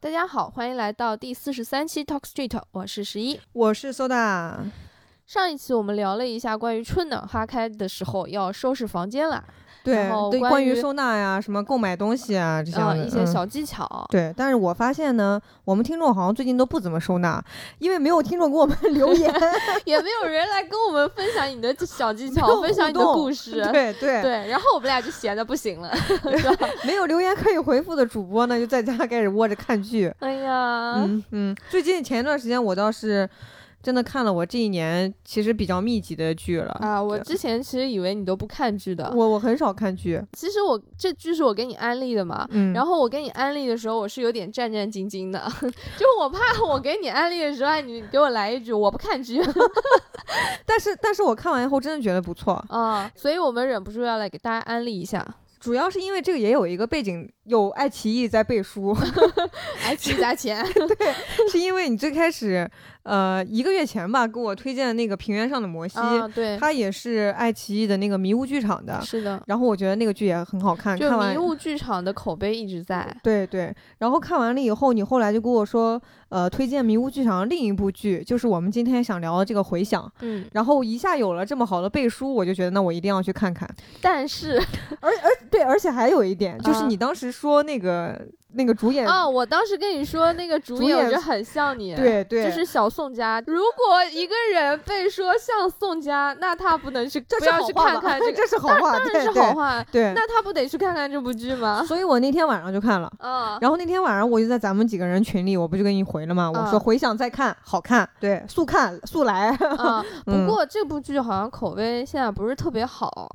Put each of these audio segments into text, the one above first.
大家好，欢迎来到第四十三期 Talk Street，我是十一。我是 soda，上一期我们聊了一下关于春暖花开的时候要收拾房间啦，对然后对，关关于于收纳呀、什么购买东西啊这些呃，的一些嗯小技巧。 对，但是我发现呢，我们听众好像最近都不怎么收纳，因为没有听众给我们 留言。也没有人来跟我们分享你的小 技没巧，有分享你的互动故事。对对，对，然后我们俩就闲的不行 了，是吧？没有留言可以回复的主播呢，就在家开始窝着看剧。哎呀，嗯嗯，最近前一段时间我倒是真的看了我这一年其实比较密集的剧了啊，我对之前其实以为你都不看剧的，我我很少看剧，其实我这剧是我给你安利的嘛。嗯，啊然后后我给你安利的时候，我是有点战战兢兢的， 就我怕我给你安利的时候，哎你给我来一句我不看剧但是但是我看完以后真的觉得不错，啊，所以我们忍不住要来给大家安利一 下。主要是因为这个也有一个背景，有爱奇艺在背书。爱奇艺砸钱是因为你最开始，呃，一个月前吧，给我推荐的那个《平原上的摩西》啊，对，它也是爱奇艺的那个迷雾剧场的。是的，然后我觉得那个剧也很好看，就看完迷。雾剧场的口碑一直在。对对，然后看完了以后，你后来就跟我说，呃，推荐迷雾剧场的另一部剧，就是我们今天想聊的这个《回响》。嗯，然后一下有了这么好的背书，我就觉得那我一定要去看看。但是而而对，而且还有一点，就是啊你当时说那个、那个主演，啊，我当时跟你说那个主主演，我演觉得很像你。对对，就是小宋佳。如果一个人被说像宋佳，那他不能去，这不是要好去话看吧看这个，这是好话，当对然是对好话。对，那他不得去看看这部剧 吗？所以我那天晚上就看了。啊，然后那天晚上我就在咱们几个人群里，我不就跟你回了吗？我啊说回想再看，好看，对，速看速来。啊， 不嗯过这部剧好像口碑现在不是特别好。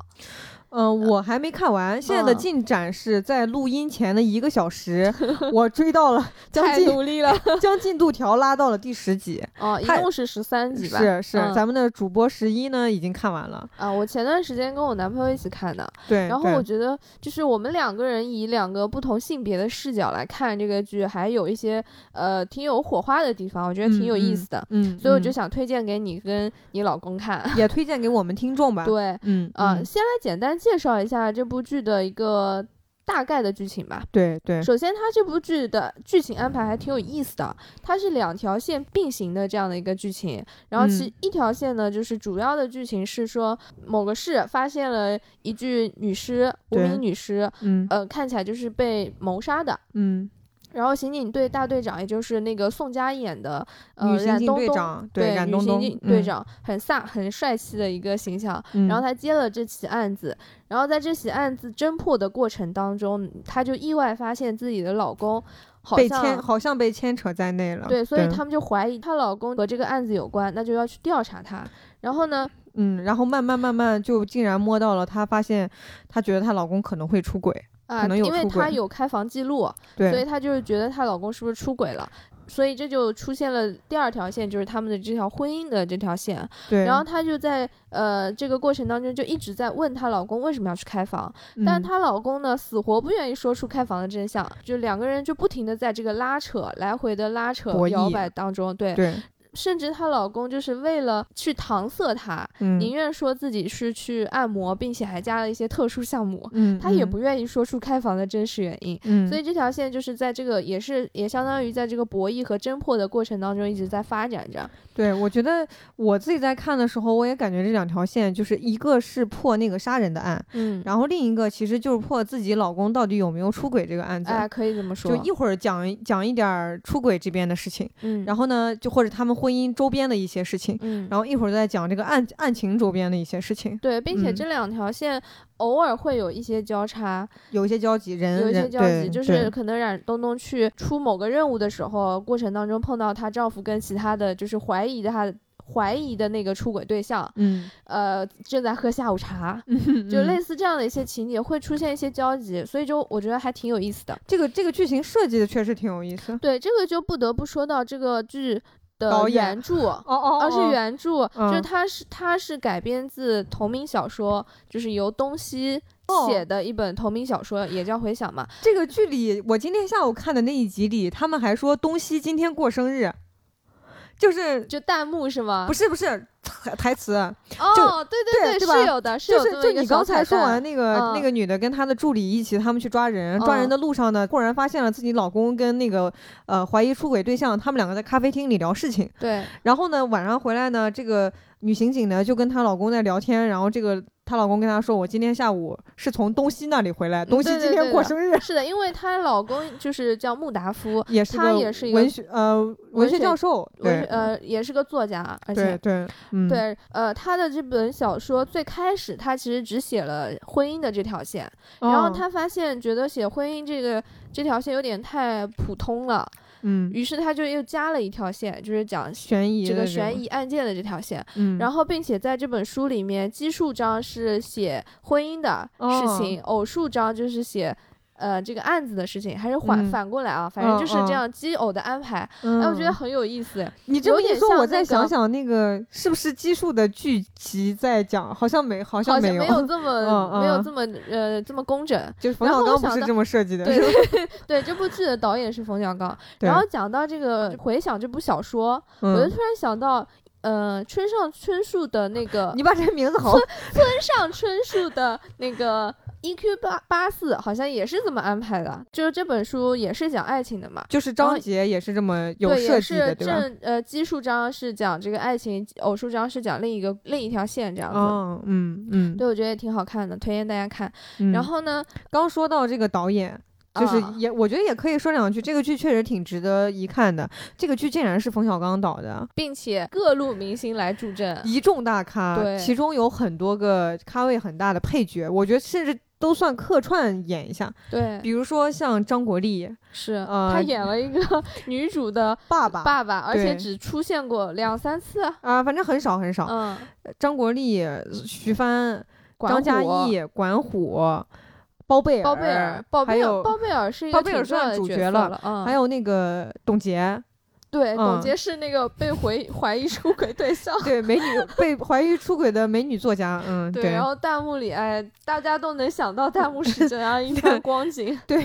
嗯、我还没看完，现在的呃嗯进展是在录音前的一个小时，我追到了将太近努 力了将进度条拉到了第十集，哦，一太共是十三集吧？是是，嗯咱们的主播十一呢已经看完了，啊，我前段时间跟我男朋友一起看的，对，然后对我觉得就是我们两个人以两个不同性别的视角来看这个剧，还有一些呃挺有火花的地方，我觉得挺有意思的，嗯，所以我嗯就想推荐给你跟你老公看。也推荐给我们听众吧，对，嗯啊、嗯先来简单介绍一下这部剧的一个大概的剧情吧。对对，首先，它这部剧的剧情安排还挺有意思的，它是两条线并行的这样的一个剧情。然后，其嗯一条线呢，就是主要的剧情是说某个市发现了一具女尸，无对名女尸，嗯呃，看起来就是被谋杀的。嗯，然后，刑警队大队长，也就是那个宋佳演的呃女刑冉警东队东，长，对，冉女东刑东警队，长、很飒、很帅气的一个形象。嗯然后他接了这起案子，然后在这起案子侦破的过程当中，他就意外发现自己的老公好被牵，像好像被牵扯在内了。对，所以他们就怀疑她老公和这个案子有关，那就要去调查他。然后呢，嗯，然后慢慢慢慢就竟然摸到了，她发现她觉得她老公可能会出轨，啊、可能有因为出她轨有开房记录，所以对她就是觉得她老公是不是出轨了。所以这就出现了第二条线，就是他们的这条婚姻的这条线。对，然后她就在呃这个过程当中就一直在问她老公为什么要去开房，但嗯她老公呢，死活不愿意说出开房的真相，就两个人就不停的在这个拉扯、来回的拉扯、博弈摇摆当中，对，对，甚至她老公就是为了去搪塞她，宁嗯愿说自己是去按摩，并且还加了一些特殊项目，嗯，她也嗯不，愿意说出开房的真实原因。嗯，所以这条线就是在这个也是也相当于在这个博弈和侦破的过程当中一直在发展着。对我觉得我自己在看的时候，我也感觉这两条线就是一个是破那个杀人的案，嗯，然后另一个其实就是破自己老公到底有没有出轨这个案子。哎，可以这么说就。一会儿讲一讲一点儿出轨这边的事情，嗯，然后呢，就或者他们婚姻周边的一些事情，嗯，然后一会儿再讲这个案案情周边的一些事情，对，并且嗯这两条线偶尔会有一些交叉。有一些交集，人有一些人交对集，就对是 可能冉东东去出某个任务的时候，过程当中碰到她丈夫跟其他的就是怀疑的她怀疑的那个出轨对象， 嗯，呃，正在喝下午茶，就类似这样的一些情节会出现一些交集，所以就我觉得还挺有意思的。这个这个剧情设计的确实挺有意 思。对，这个就不得不说到这个剧的导演原 著。哦哦而是原著，就是嗯它是它是改编自同名小说，就是由东西哦写的一本同名小说，也叫《回响》嘛。这个剧里，我今天下午看的那一集里，他们还说东西今天过生日，就是就弹幕是吗？不是不是台台词，哦，对对对对吧是有的，是就有是这么就一个你刚小才彩说蛋完那个、那嗯个女的跟她的助理一起，他们去抓人，抓人嗯的路上呢，忽然发现了自己老公跟那个呃怀疑出轨对象，他们两个在咖啡厅里聊事情。对，然后呢，晚上回来呢，这个女刑警呢就跟她老公在聊天，然后这个她老公跟她说，我今天下午是从东西那里回来，东西嗯对对今天对过的生日，是的，因为她老公就是叫穆达夫，也是他个也是一个文学呃文文学学教授，我是对呃也是个作家，而对且。对嗯对，呃，他的这本小说最开始他其实只写了婚姻的这条线，然后哦他发现觉得写婚姻这个这条线有点太普通了，嗯于是他就又加了一条线，就是讲悬疑这的个悬种疑案件的这条线。嗯，然后，并且在这本书里面，奇数章是写婚姻的哦事情，偶数章就是写。呃，这个案子的事情还是反、嗯反过来啊，反正就是嗯这样基偶的安排，哎、嗯我觉得很有意思。你这有么一点说，像我那再想个想那个是不是奇数的剧集在讲，好像没，好好像像没没有，有这么、 嗯没有嗯这么呃这么工 整。就是冯然小后我刚不想是到这么设计的，对 是吧对，这部剧的导演是冯小刚。对然后讲到这个回想这部小说，我就嗯突，然想到，呃，村上春树的那个你把这名字好，村上春树的那个 EQ 八八四好像也是这么安排的，就是这本书也是讲爱情的嘛。就是然章后节也是这么有对，也设计的，是对吧？正呃奇数章是讲这个爱情，偶数章是讲另一个另一条线这样子。哦，嗯嗯，对，我觉得也挺好看的，推荐大家看。嗯然后呢，刚说到这个导演，就是啊也、我觉得也可以说两句，这个剧确实挺值得一看的。这个剧竟然是冯小刚导的，并且各路明星来助阵，一众大咖，对其中有很多个咖位很大的配角，我觉得甚至都算客串演一下，对，比如说像张国立是、呃他演了一个 女主的爸爸。爸爸，而且对只出现过两三次。啊、反正很少很少。嗯，张国立、呃徐帆、管哦张嘉虎、译、管虎、包贝尔、包贝尔，包还贝有尔，包贝尔是一包个贝挺尔重要算的主角角色了了，嗯，还有那个董洁，对，董嗯。洁是那个被怀怀疑出轨对象 对美女被怀疑出轨的美女作家，嗯，对，然后弹幕里，哎，大家都能想到弹幕 是怎样一对段光 景。对，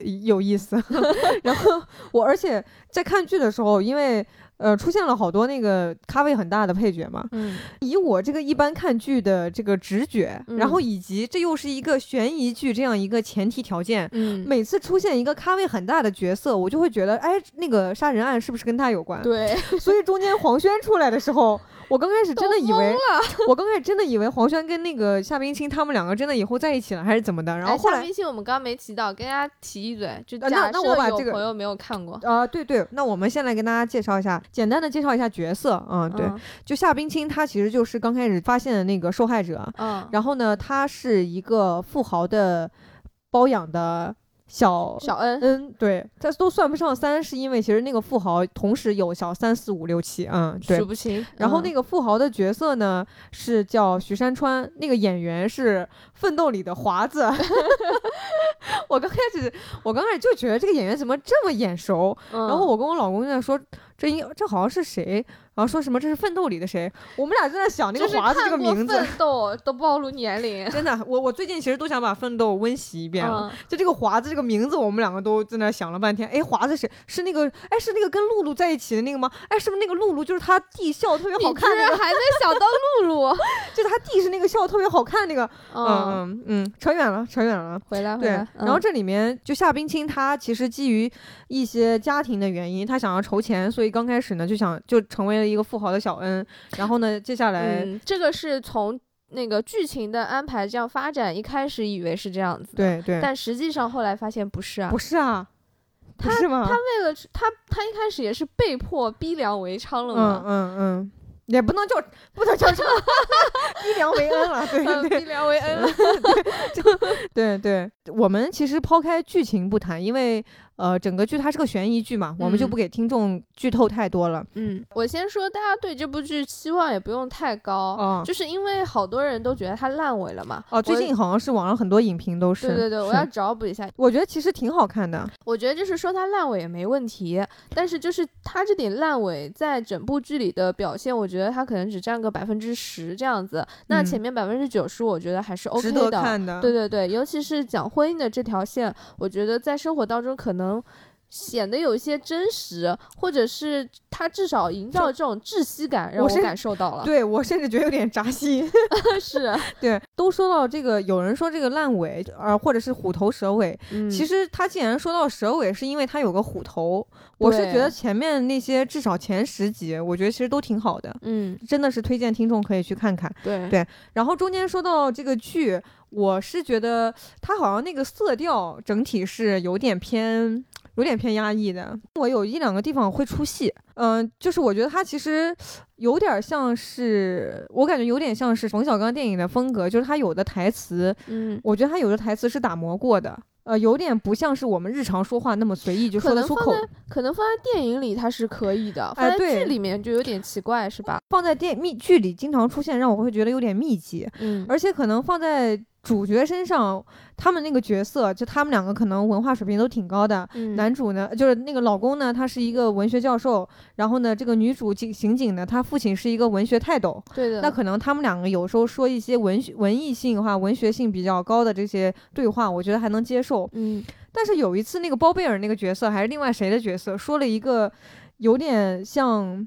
有有意思。 然后我而且在看剧的时候，因为呃出现了好多那个咖位很大的配角嘛，嗯，以我这个一般看剧的这个直觉，然嗯后以及这又是一个悬疑剧这样一个前提条件。嗯，每次出现一个咖位很大的角色，我就会觉得，哎，那个杀人案是不是跟他有关？对，所以中间黄轩出来的时候，我刚开始 真的以为都疯，了。 我刚开始真的以为黄轩跟那个夏冰清他们两个真的以后在一起了，还是怎么的？然后哎后夏来冰清我们刚刚没提到，跟大家提一嘴，就呃那假那设我把有这个朋友没有看过，啊、对对，那我们先来跟大家介绍一下，简单的介绍一下角色，嗯，对，嗯就夏冰清，她其实就是刚开始发现的那个受害者，嗯，然后呢，她是一个富豪的包养的小小恩，嗯，对，她都算不上三，是因为其实那个富豪同时有小三四五六七，嗯，对数。不清。然后嗯那个富豪的角色呢是叫徐山川，那个演员是《奋斗》里的华子。 我刚开始，我刚开始就觉得这个演员怎么这么眼熟，嗯然后我跟我老公就在说，这应这好像是谁，然后说什么这是奋斗里的谁，我们俩就在想那个就是华子这看个过名字。奋斗都暴露年龄。真的，我我最近其实都想把奋斗温习一遍了。嗯，就这个华子这个名字，我们两个都在那想了半天。哎，华子谁？是那个哎，是那个跟露露在一起的那个吗？哎，是不是那个露露就是他弟笑得特别你好居看那然个？还能想到露露？就是他弟是那个笑得特别好看那个。嗯， 嗯嗯嗯，扯远了，扯远了。回来回对来。，嗯然后这里面就夏冰清，他其实基于一些家庭的原因，他想要筹钱，所以刚开始呢就想就成为了一个富豪的小恩。然后呢，接下来、嗯，这个是从那个剧情的安排这样发展，一开始以为是这样子，，对对，但实际上后来发现不是啊不。是啊，不是吗？嗯为了他，他一开始也是被迫逼良为娼了嗯嘛，嗯嗯，也不能叫不能叫这 个逼良为恩了，对嗯对逼良为恩了。对对，我们其实抛开剧情不谈，因为呃整个剧它是个悬疑剧嘛，我们就嗯不给听众剧透太多了。嗯，我先说，大家对这部剧期望也不用太高，哦就是因为好多人都觉得它烂尾了嘛。哦，最我近好像是网上很多影评都是。对对对，我是要找补一下，我觉得其实挺好看的，我觉得就是说它烂尾也没问题，但是就是它这点烂尾在整部剧里的表现，我觉得它可能只占个百分之十这样子。那嗯前面百分之九十，我觉得还是值 OK 得的。看的。对对对，尤其是讲婚姻的这条线，我觉得在生活当中可能显得有一些真实，或者是他至少营造这种窒息感，让我是感受到了。对我甚至觉得有点扎 心。是， 对，都说到这个，有人说这个烂尾，呃，或者是虎头蛇尾，嗯其实他既然说到蛇尾，是因为他有个虎头。我是觉得对前面那些至少前十集，我觉得其实都挺好的，嗯，真的是推荐听众可以去看看。对对然后中间说到这个剧，我是觉得它好像那个色调整体是有点偏。有点偏压抑的，我有一两个地方会出戏，嗯、就是我觉得它其实有点像是，我感觉有点像是冯小刚电影的风格，就是他有的台词嗯，我觉得他有的台词是打磨过的，呃，有点不像是我们日常说话那么随意就可说得能出放口。可能放在电影里它是可以的，放哎在对剧里面就有点奇怪，是吧？放在电密剧里经常出现，让我会觉得有点密集，嗯，而且可能放在主角身上，他们那个角色就他们两个可能文化水平都挺高的。嗯男主呢，就是那个老公呢，他是一个文学教授，然后呢，这个女主警刑警呢，她父亲是一个文学泰斗，对的，那可能他们两个有时候说一些文学文艺性的话、文学性比较高的这些对话，我觉得还能接受。嗯但是有一次，那个包贝尔那个角色还是另外谁的角色，说了一个有点像，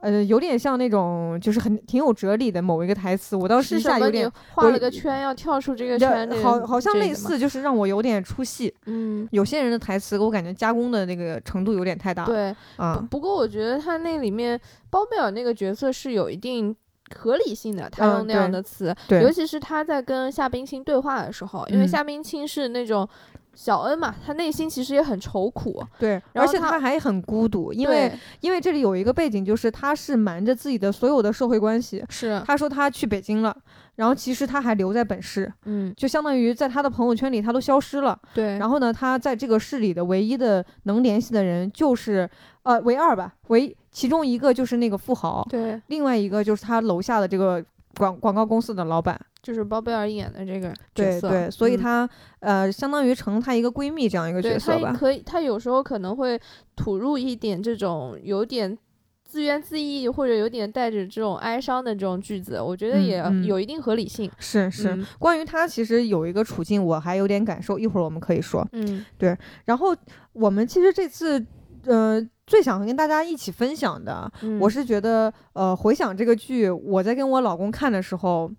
呃，有点像那种就是很挺有哲理的某一个台词，我当时是一什下么？有你点，画我了个圈，要跳出这个这圈，那个好好像这类个嘛，似，就是让我有点出戏。嗯，有些人的台词，我感觉加工的那个程度有点太大。对。不啊，不过我觉得他那里面包贝尔那个角色是有一定合理性的，他用嗯那样对的词，对尤其是他在跟夏冰清对话的时候，因为嗯夏冰清是那种小恩嘛，他内心其实也很愁苦，对，然而后且他他还很孤独，因为对因为这里有一个背景，就是他是瞒着自己的所有的社会关系。是，他说他去北京了，然后其实他还留在本市，嗯，就相当于在他的朋友圈里他都消失了。对，然后呢，他在这个市里的唯一的能联系的人就是，呃，唯二吧，唯其中一个就是那个富豪，对，另外一个就是他楼下的这个广广告公司的老板。就是包贝尔演的这个角对色，对，所以嗯他、呃，相当于成他一个闺蜜这样一个对角他色也吧。可以，他有时候可能会吐露一点这种有点自怨自艾，或者有点带着这种哀伤的这种句子，我觉得嗯也嗯有一定合理性。是是，嗯关于他其实有一个处境，我还有点感受，一会儿我们可以说。嗯然后我们其实这次，呃，最想跟大家一起分享的，嗯我是觉得，呃，回想这个剧，我在跟我老公看的时候，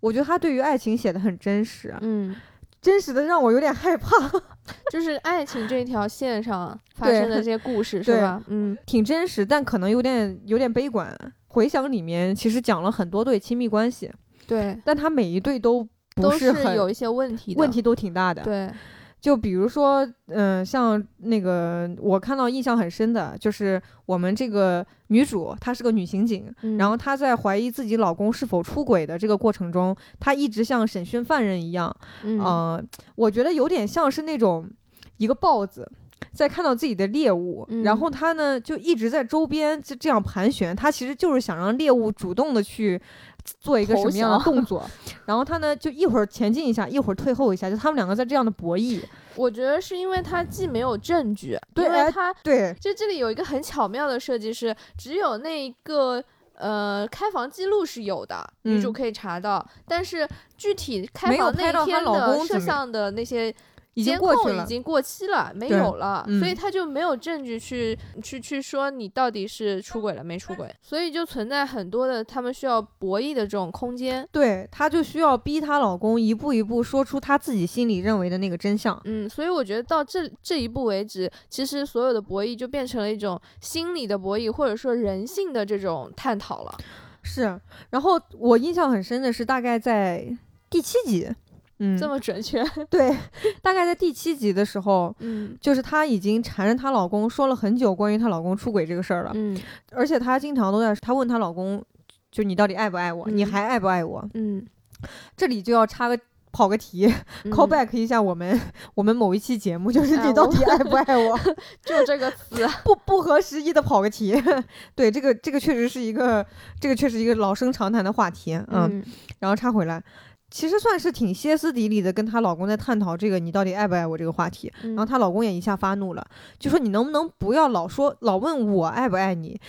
我觉得他对于爱情写的很真实，啊嗯，真实的让我有点害怕， 就是爱情这条线上发对生的这些故 事，是对吧？嗯，挺真实，但可能有点有点悲观。回想里面其实讲了很多对亲密关系，对，但他每一对都不都是很有一些问题的。问题都挺大的。对，就比如说，嗯、像那个我看到印象很深的就是我们这个女主，她是个女刑警，嗯然后她在怀疑自己老公是否出轨的这个过程中，她一直像审讯犯人一样。嗯呃，我觉得有点像是那种一个豹子在看到自己的猎物，嗯然后它呢就一直在周边就这样盘旋，它其实就是想让猎物主动的去做一个什投么样的降 动作，然后它呢就一会儿前进一下，一会儿退后一下，就他们两个在这样的博弈。我觉得是因为他既没有证据，对因为哎他对就这里有一个很巧妙的设计是，只有那一个呃开房记录是有的，女主嗯可以查到，但是具体开没有房拍那到天她老的公摄怎么像的那些已经监过去控已了，经过期了，没对有了，嗯所以他就没有证据去去去说你到底是出轨了没出轨，所以就存在很多的他们需要博弈的这种空间。对，她就需要逼她老公一步一步说出她自己心里认为的那个真相。嗯，所以我觉得到这这一步为止，其实所有的博弈就变成了一种心理的博弈，或者说人性的这种探讨了。嗯是，然后我印象很深的是，大概在第七集，嗯，这么准确，对，大概在第七集的时候，嗯就是她已经缠着她老公说了很久关于她老公出轨这个事儿了，嗯而且她经常都在她问她老公，就你到底爱不爱我？你嗯还爱不爱我？嗯这里就要插个。跑个题、c a l l back 一下我们我们某一期节目，就是哎你到我底爱不爱 我？ 就这个词，不不合时宜的跑个题，对这个这个确实是一个这个确实一个老生常谈的话题，嗯嗯然后插回来，其实算是挺歇斯底里的跟她老公在探讨这个你到底爱不爱我这个话题。嗯然后她老公也一下发怒了，就说你能不能不要老说老问我爱不爱你？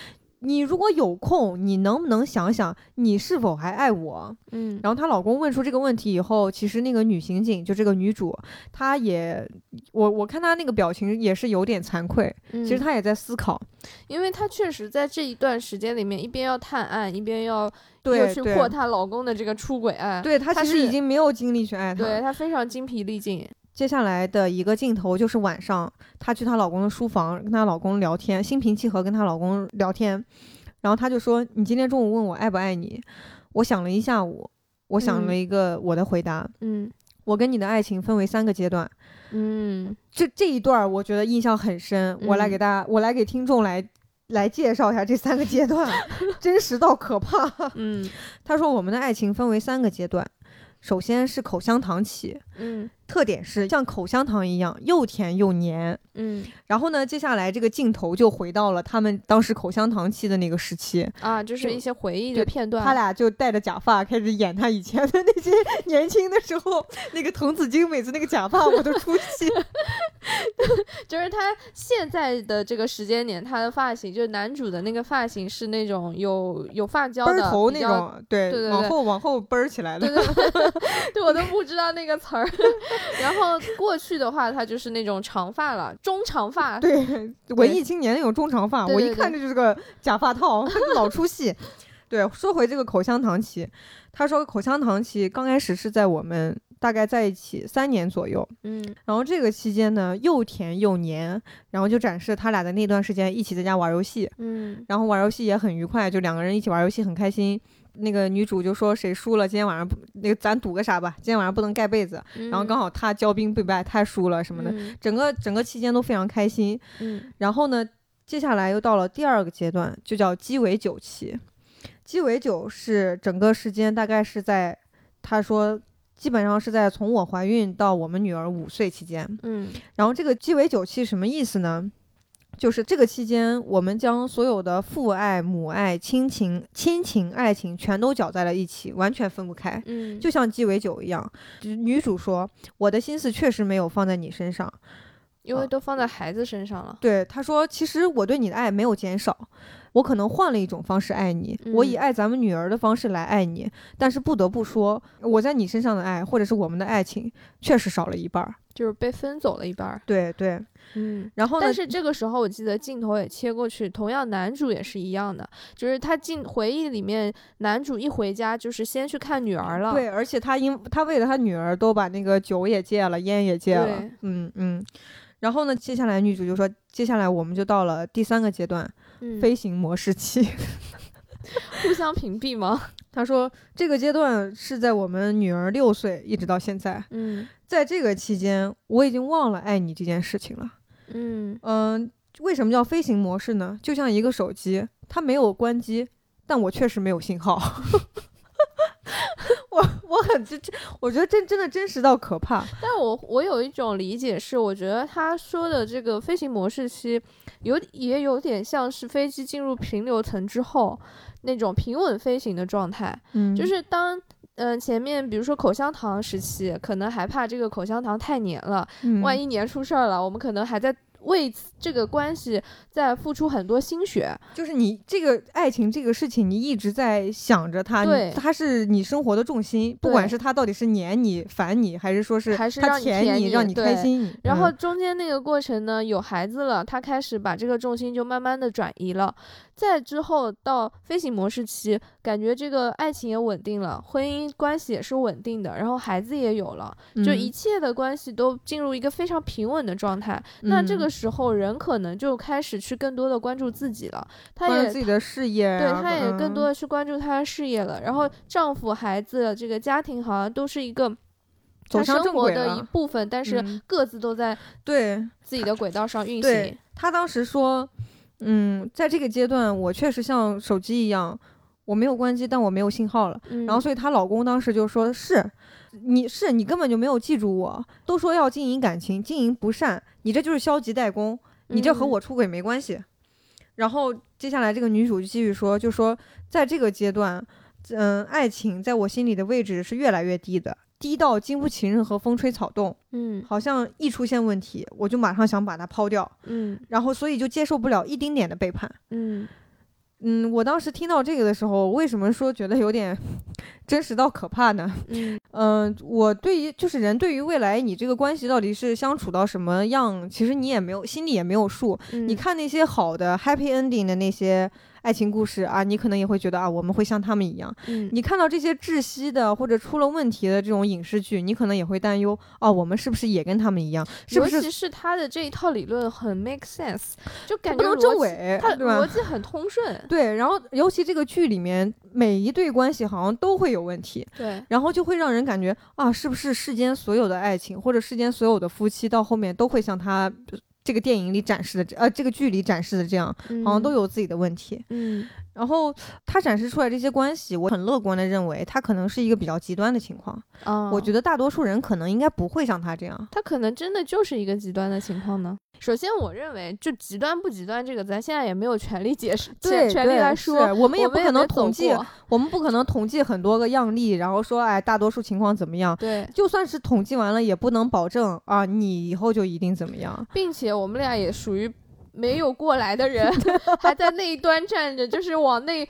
你如果有空，你能不能想想你是否还爱我？嗯，然后她老公问出这个问题以后，其实那个女刑警就这个女主，她也，我我看她那个表情也是有点惭愧，嗯其实她也在思考，因为她确实在这一段时间里面，一边要探案，一边要对又去对破她老公的这个出轨案，对她呃她其实是已经没有精力去爱他。对她非常精疲力尽。接下来的一个镜头就是晚上，她去她老公的书房跟她老公聊天，心平气和跟她老公聊天，然后她就说：“你今天中午问我爱不爱你，我想了一下午，我想了一个我的回答。嗯我跟你的爱情分为三个阶段，嗯，这这一段儿我觉得印象很深，嗯我来给大家，我来给听众来来介绍一下这三个阶段，真实到可怕。 嗯他说我们的爱情分为三个阶段，首先是口香糖期，嗯特点是像口香糖一样又甜又黏。嗯然后呢，接下来这个镜头就回到了他们当时口香糖期的那个时期，啊，就是就一些回忆对的片他段。俩就戴着假发开始演他以前的那 些年轻的时候，那个童子军每次那个假发我都出戏。就是他现在的这个时间点，他的发型就是男主的那个发型是那种有有发胶奔的头比那较种，对，对对往对后往后奔儿起来 的对。 对对，对我都不知道那个词儿。然后过去的话，他就是那种长发了，中长发。对，文艺青年那种中长发，对我对一看这就是个假 发套，老出戏。对，说回这个口香糖期，他说口香糖期刚开始是在我们大概在一起三年左右，嗯然后这个期间呢又甜又黏，然后就展示他俩的那段时间一起在家玩游戏，嗯然后玩游戏也很愉快，就两个人一起玩游戏很开心。那个女主就说谁输了，今天晚上不那个咱赌个啥吧，今天晚上不能盖被子。嗯，然后刚好她骄兵必败，她输了什什么的，整个整个期间都非常开心。嗯然后呢，接下来又到了第二个阶段，就叫鸡尾酒期。鸡尾酒是整个时间大概是在，他说基本上是在从我怀孕到我们女儿五岁期间。嗯然后这个鸡尾酒期什么意思呢？就是这个期间，我们将所有的父爱、母爱、亲情、亲情、爱情全都搅在了一起，完全分不开。嗯，就像鸡尾酒一样，女主说：“我的心思确实没有放在你身上，因为都放在孩子身上了。对，他说：“其实我对你的爱没有减少，我可能换了一种方式爱你，我以嗯爱咱们女儿的方式来爱你。但是不得不说，我在你身上的爱，或者是我们的爱情，确实少了一半儿。就是被分走了一半儿，对对。嗯，然后呢但？是这个时候我记得镜头也切过去，同样男主也是一样的，就是他进回忆里面，男主一回家就是先去看女儿了，对，而且他因他为了他女儿都把那个酒也戒了，烟也戒了对。嗯嗯。然后呢，接下来女主就说：“接下来我们就到了第三个阶段，嗯，飞行模式 期。”互相屏蔽吗？他说：“这个阶段是在我们女儿六岁一直到现在。”嗯在这个期间，我已经忘了爱你这件事情了。嗯嗯、为什么叫飞行模式呢？就像一个手机，它没有关机，但我确实没有信号。 我我很这这，我觉得真真的真实到可怕。但我我有一种理解是，我觉得他说的这个飞行模式期有也有点像是飞机进入平流层之后那种平稳飞行的状态，嗯就是当嗯、呃前面比如说口香糖时期，可能还怕这个口香糖太黏了，万一一黏出事儿了，我们可能还在为此这个关系在付出很多心血，就是你这个爱情这个事情，你一直在想着它，对你它是你生活的重心，不管是它到底是黏你、烦你，还是说是还是它让你甜甜你让你开对心你然后嗯中间那个过程呢，有孩子了，他开始把这个重心就慢慢的转移了。再之后到飞行模式期，感觉这个爱情也稳定了，婚姻关系也是稳定的，然后孩子也有了，嗯就一切的关系都进入一个非常平稳的状态。那这嗯个时候人可能就开始去更多的关注自己了，他关也注自己的事业对，啊，她也更嗯多的去关注她的事业了。然后丈夫、孩子、这个家庭好像都是一个走她向生正活轨的一了。部分，但是嗯各自都在对自己的轨道上运对行。他当时说，嗯，在这个阶段，我确实像手机一样，我没有关机，但我没有信号了。嗯然后，所以她老公当时就说：“是，你是你根本就没有记住我，都说要经营感情，经营不善，你这就是消极怠工，你这和嗯我出轨没关系。然后接下来这个女主就继续说，就说在这个阶段，嗯，爱情在我心里的位置是越来越低的，低到经不起任何风吹草动，嗯好像一出现问题，我就马上想把它抛掉，嗯然后所以就接受不了一丁点的背叛。嗯嗯，我当时听到这个的时候，为什么说觉得有点 真实到可怕呢？嗯嗯，我对于就是人对于未来你这个关系到底是相处到什么样，其实你也没有心里也没有数。 你嗯看那些好的 happy ending 的那些爱情故事啊，你可能也会觉得啊，我们会像他们一样。嗯你看到这些窒息的或者出了问题的这种影视剧，你可能也会担忧哦，我们是不是也跟他们一样？是不尤是其是他的这一套理论很 make sense，就感不觉能逻证辑伪他，对的吧逻？辑很通 顺，对，然后尤其这个剧里面每一对关系好像都会有问题，对，然后就会让人感觉啊，是不是世间所有的爱情或者世间所有的夫妻到后面都会像他呃这个电影里展示的这呃这个剧里展示的这样，好像都嗯，有自己的问题。嗯然后他展示出来这些关系，我很乐观的认为他可能是一个比较极端的情况。啊，我觉得得大多数人可能应该不会像他这样。他可能真的就是一个极端的情况呢。首先，我认为就极端不极端这个，咱现在也没有权利解释，权权利来说，是我们也我不可能没走统计，过我们不可能统计很多个样例，然后说哎，大多数情况怎么样？ 对，就算是统计完了，也不能保证啊，你以后就一定怎么样。并且我们俩也属于没有过来的 人，还在那一端站着，就是往那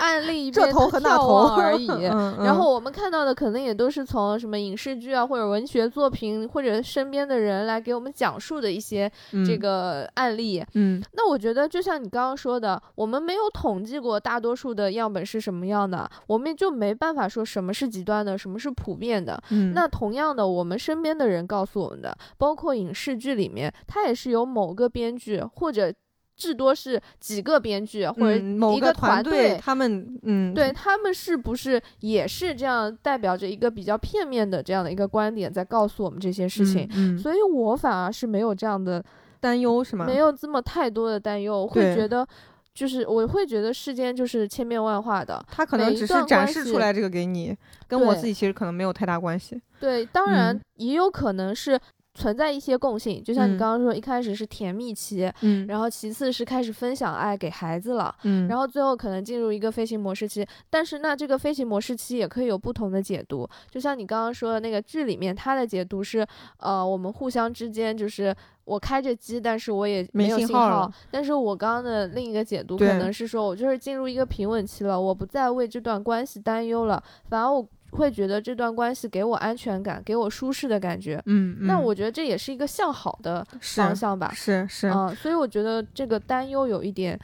案例一这边头和那眺头望而已。 嗯嗯然后我们看到的可能也都是从什么影视剧啊，或者文学作品，或者身边的人来给我们讲述的一些这，个案例。嗯那我觉得，就像你刚刚说的，我们没有统计过大多数的样本是什么样的，我们就没办法说什么是极端的，什么是普遍的。嗯，那同样的，我们身边的人告诉我们的，包括影视剧里面，它也是由某个编剧或者至多是几个编剧或者嗯某一个团队。他们嗯对他们是不是也是这样代表着一个比较片面的这样的一个观点，在告诉我们这些事情？嗯嗯所以我反而是没有这样的，担忧是吗？没有这么太多的担忧，我会对觉得就是我会觉得世间就是千变万化的，他可每能一只是段展关示系出来这个给你，跟我对自己其实可能没有太大关系。对，当然嗯也有可能是存在一些共性，就像你嗯刚刚说，一开始是甜蜜期，嗯然后其次是开始分享爱给孩子了，嗯然后最后可能进入一个飞行模式期。但是那这个飞行模式期也可以有不同的解读，就像你刚刚说的那个剧里面，它的解读是，呃，我们互相之间就是。我开着机，但是我也没有信信号号。了但是我刚刚的另一个解读可对能是说，我就是进入一个平稳期了，我不再为这段关系担忧了，反而我会觉得这段关系给我安全感，给我舒适的感觉。嗯，那嗯我觉得这也是一个向好的是啊方向吧。是是，嗯，所以我觉得这个担忧有一点，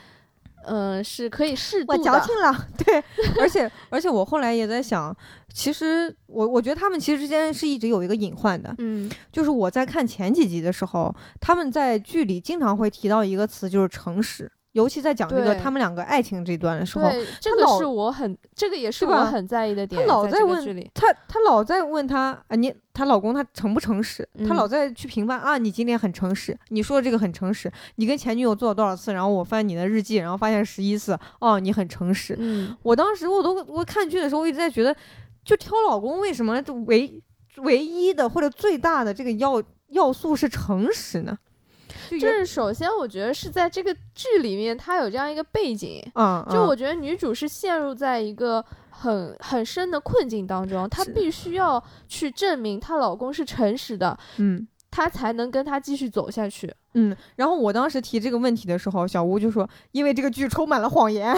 嗯、是可以适我度矫的。情了， 对，而且而且我后来也在想，其实我我觉得他们其实之间是一直有一个隐患的，嗯就是我在看前几集的时候，他们在剧里经常会提到一个词，就是诚实，尤其在讲这个对他们两个爱情这段的时候，对，这个老是我很，这个也是对我吧很在意的点，老在在这个问剧里，她她老在问她啊，你她老公他诚不诚实？她嗯老在去评判啊，你今天很诚实，你说的这个很诚实，你跟前女友做了多少次？然后我翻你的日记，然后发现十一次，哦，你很诚实。嗯，我当时我都我看剧的时候，我一直在觉得，就挑老公为什么就唯唯一的或者最大的这个要要素是诚实呢？就就原是首先我觉得是在这个剧里面，它有这样一个背景，啊，就啊我觉得女主是陷入在一个很很深的困境当中，她是必须要去证明她老公是诚实的，嗯。她才能跟他继续走下去。 嗯，然后我当时提这个问题的时候，小吴就说：“因为这个剧充满了谎言。”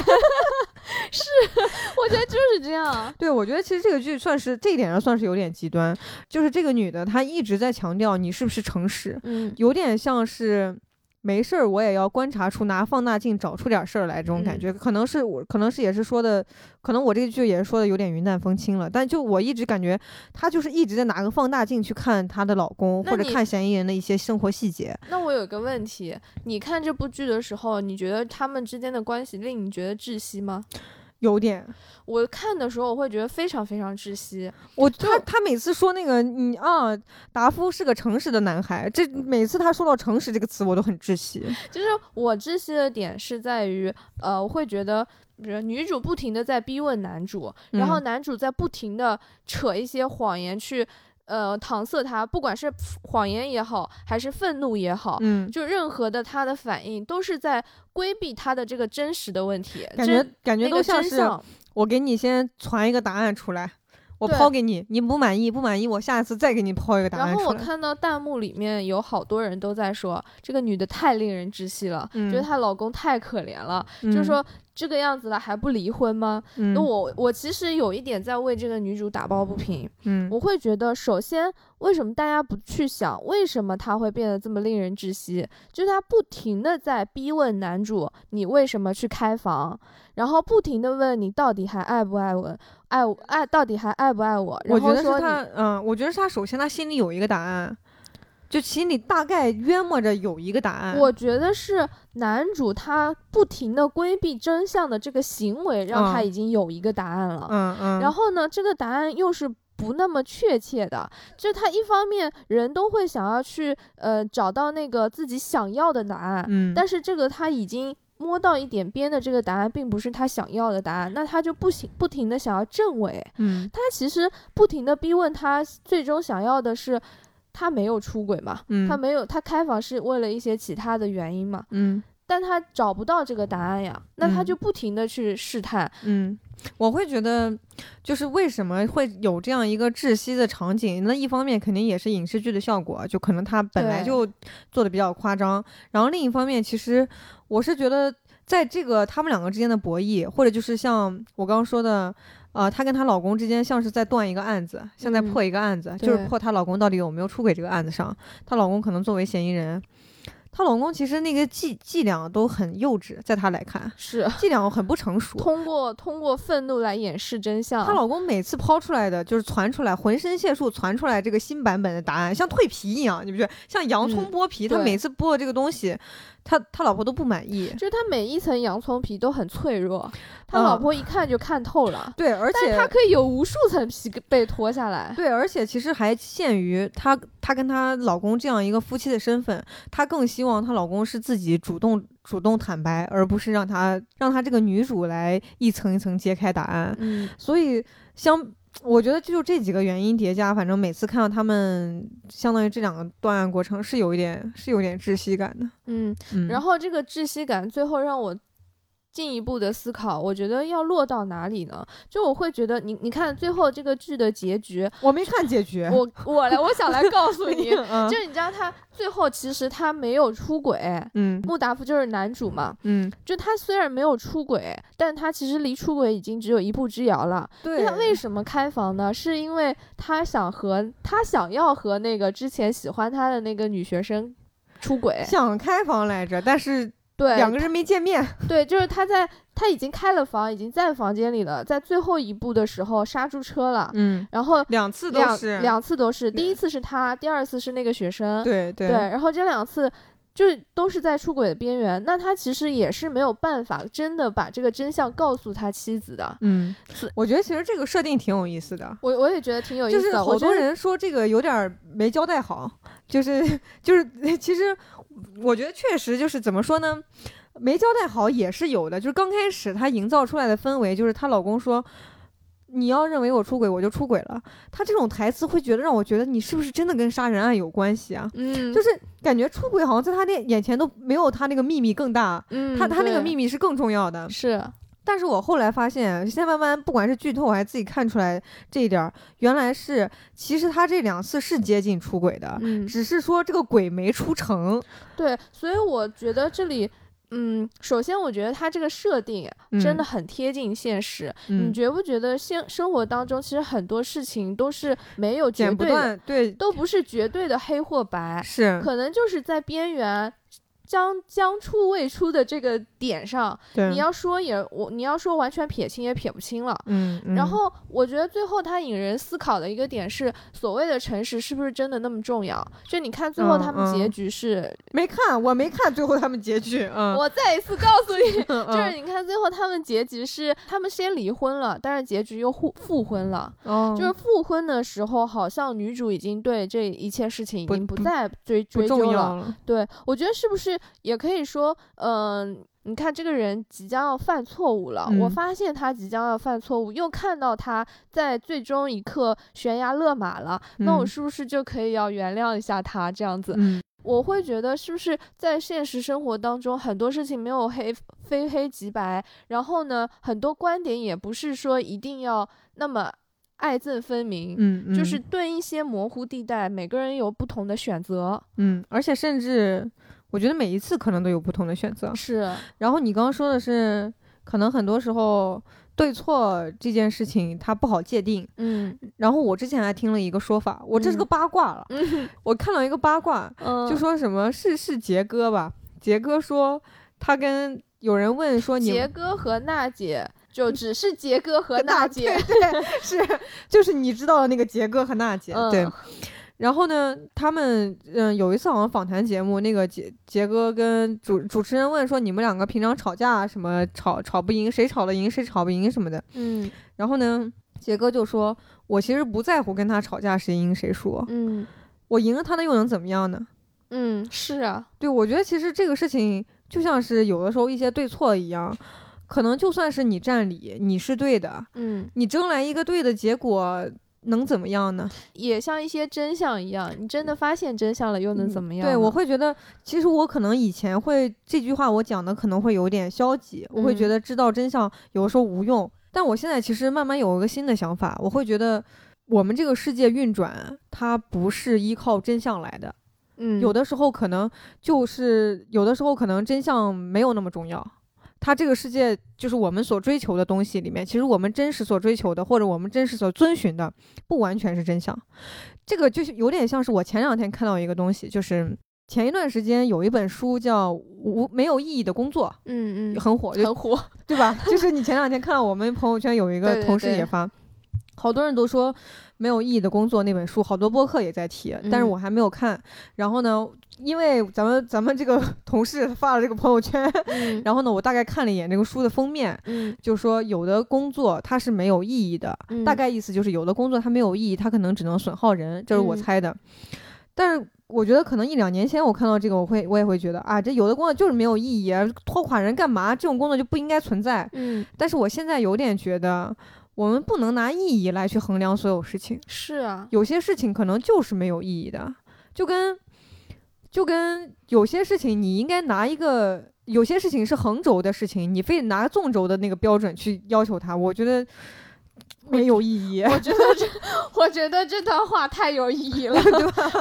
我觉得就是这样。啊对，我觉得其实这个剧算是这一点上算是有点极端，就是这个女的她一直在强调你是不是诚实，嗯，有点像是没事儿我也要观察出拿放大镜找出点事儿来这种感嗯觉，可能是我可能是也是说的，可能我这个剧也是说的有点云淡风轻了，但就我一直感觉她就是一直在拿个放大镜去看她的老公那或者你看嫌疑人的一些生活细节，那我有一个问题，你看这部剧的时候，你觉得他们之间的关系令你觉得窒息吗？有点我看的时候，我会觉得非常非常窒息。我他他每次说那个你啊，达夫是个诚实的男孩，这每次他说到诚实这个词我都很窒息，就是我窒息的点是在于，呃，我会觉得。比如女主不停的在逼问男主，然后嗯男主在不停的扯一些谎言去，呃，搪塞她，不管是谎言也好，还是愤怒也好，嗯。就任何的她的反应都是在规避她的这个真实的问题，感觉真感觉那都个像真是相。我给你先传一个答案出来，我对抛给你，你不满意不满意，我下次再给你抛一个答然案后出我来。看到弹幕里面有好多人都在说，这个女的太令人窒息了，觉得嗯她老公太可怜了，嗯就是说这个样子了还不离婚吗？嗯那我我其实有一点在为这个女主打抱不平，嗯我会觉得，首先为什么大家不去想为什么她会变得这么令人窒息？就是她不停的在逼问男主你为什么去开房，然后不停的问你到底还爱不爱我，爱我爱到底还爱不爱我？然我觉后得说是你他，嗯，我觉得是他首先他心里有一个答案，就心里大概约摸着有一个答案。我觉得是男主他不停的规避真相的这个行为，让他嗯已经有一个答案了。嗯嗯，然后呢，这个答案又是不那么确切的，就他一方面人都会想要去呃找到那个自己想要的答案，嗯，但是这个他已经。摸到一点边的这个答案，并不是他想要的答案，那他就不行，不停的想要证伪。嗯他其实不停的逼问他，最终想要的是，他没有出轨嘛？嗯他没有，他开房是为了一些其他的原因嘛？嗯但他找不到这个答案呀，那他嗯就不停的去试探，嗯，我会觉得就是为什么会有这样一个窒息的场景？那一方面肯定也是影视剧的效果，就可能他本来对就做的比较夸张。然后另一方面，其实我是觉得在这个他们两个之间的博弈，或者就是像我刚刚说的。呃，她跟她老公之间像是在断一个案子，像在嗯破一个案子，就是对破她老公到底有没有出轨这个案子上。她老公可能作为嫌疑人，她老公其实那个伎伎俩都很幼稚，在她来看，是伎俩很不成熟。通过通过愤怒来掩饰真相。她老公每次抛出来的就是传出来，浑身解数传出来这个新版本的答案，像蜕皮一样，你不觉得？像洋葱嗯剥皮，他对每次剥的这个东西，他他老婆都不满意。就是他每一层洋葱皮都很脆弱，他老嗯婆一看就看透了，对，而但且是他可以有无数层皮被脱下来。对，而且其实还限于她她跟她老公这样一个夫妻的身份，她更希望她老公是自己主动主动坦白，而不是让她让她这个女主来一层一层揭开答案。嗯，所以相，我觉得就这几个原因叠加，反正每次看到他们，相当于这两个断案过程是有一点是有点窒息感的。嗯，嗯，然后这个窒息感最后让我进一步的思考，我觉得要落到哪里呢？就我会觉得你，你看最后这个剧的结局，我没看结局，我我来，我想来告诉 你，嗯就是你知道他最后其实他没有出轨，嗯穆达夫就是男主嘛，嗯，就他虽然没有出轨，但他其实离出轨已经只有一步之遥了。对，那他为什么开房呢？是因为他想和他想要和那个之前喜欢他的那个女学生出轨，想开房来着，但是对，两个人没见面。 对，就是他在他已经开了房，已经在房间里了，在最后一步的时候刹住车了，嗯，然后两次都两是两次都是，第一次是他，第二次是那个学生，对对然后这两次。就是都是在出轨的边缘，那他其实也是没有办法真的把这个真相告诉他妻子的。嗯是，我觉得其实这个设定挺有意思的。我我也觉得挺有意就思是的，好我觉多得人说这个有点儿没交代好，就是 就是，其实我觉得确实就是怎么说呢，没交代好也是有的。就是刚开始她营造出来的氛围，就是她老公说。你要认为我出轨，我就出轨了。她这种台词会觉得让我觉得你是不是真的跟杀人案有关系啊？嗯，就是是感觉出轨好像在她的眼前都没有她那个秘密更大，嗯，她她那个对秘密是啊更重要的。是但是我后来发现，现在慢慢不管是剧透还是自己看出来这一点儿，原来是其实他这两次是接近出轨的，嗯只是说这个鬼没出成。对，所以我觉得这里。嗯，首先我觉得它这个设定嗯真的很贴近现实。嗯你，觉不觉得现生活当中其实很多事情都是没有绝剪不对的，断，对，都不是绝对的黑或白，是，可能就是在边缘将将出未出的这个点上，对，你要说也我你要说完全撇清也撇不清了。嗯，嗯，然后我觉得最后他引人思考的一个点是，所谓的诚实是不是真的那么重要？就你看最后他们嗯嗯结局是没看，我没看最后他们结局，嗯，我再一次告诉你，嗯就是你看最后他们结局是他们先离婚了，但是结局又互复婚了。嗯就是复婚的时候，好像女主已经对这一切事情已不经不不再追不追重究要了。了，对，我觉得是不是也可以说，嗯、你看这个人即将要犯错误了，我嗯发现他即将要犯错误，又看到他在最终一刻悬崖勒马了，那我嗯是不是就可以要原谅一下他这样子？嗯我会觉得是不是在现实生活当中，很多事情没有黑非黑即白，然后呢，很多观点也不是说一定要那么爱憎分明，嗯，嗯就是对一些模糊地带，每个人有不同的选择。嗯，而且甚至我觉得每一次可能都有不同的选择。是，然后你刚刚说的是可能很多时候对错这件事情它不好界定。嗯然后我之前还听了一个说法，我这是个八卦了，嗯我看到一个八卦，嗯，就说什么是是杰哥吧？杰哥说他跟有人问说你杰哥和娜姐，就只是杰哥 和娜姐，对对是就是你知道的那个杰哥和娜姐、嗯对。然后呢，他们嗯有一次好像访谈节目，那个杰杰哥跟主主持人问说你们两个平常吵架啊什么吵吵不赢，谁吵得赢谁吵不赢什么的。嗯然后呢，杰哥就说我其实不在乎跟他吵架谁赢谁输，嗯我赢了他那又能怎么样呢？嗯，是啊，对，我觉得其实这个事情就像是有的时候一些对错一样，可能就算是你占理，你是对的，嗯，你争来一个对的结果，能怎么样呢？也像一些真相一样，你真的发现真相了，又能怎么样呢？嗯对，我会觉得，其实我可能以前会这句话我讲的可能会有点消极，我会嗯觉得知道真相有的时候无用，但我现在其实慢慢有一个新的想法，我会觉得。我们这个世界运转，它不是依靠真相来的，嗯，有的时候可能就是有的时候可能真相没有那么重要。它这个世界就是我们所追求的东西里面，其实我们真实所追求的，或者我们真实所遵循的，不完全是真相。这个就是有点像是我前两天看到一个东西，就是前一段时间有一本书叫《无没有意义的工作嗯，嗯》，很火，就很火，对吧？就是你前两天看到我们朋友圈有对一个对同事对也发，好多人都说没有意义的工作那本书，好多播客也在提，但是嗯我还没有看。然后呢，因为咱们咱们这个 同事发了这个朋友圈， 嗯 然后呢，我大概看了一眼这个书的封面。嗯就说有的工作它是没有意义的，嗯，大概意思就是有的工作它没有意义，它可能只能损耗人，这是嗯我猜的。但是我觉得可能一两年前我看到这个，我会我也会觉得啊，这有的工作就是没有意义，啊，拖垮人干嘛？这种工作就不应该存在。嗯但是我现在有点觉得，我们不能拿意义来去衡量所有事情，是啊，有些事情可能就是没有意义的，就跟就跟有些事情你应该拿一个。有些事情是横轴的事情，你非得拿纵轴的那个标准去要求它，我觉得没有意义。我觉得这， 我觉得这段话太有意义了，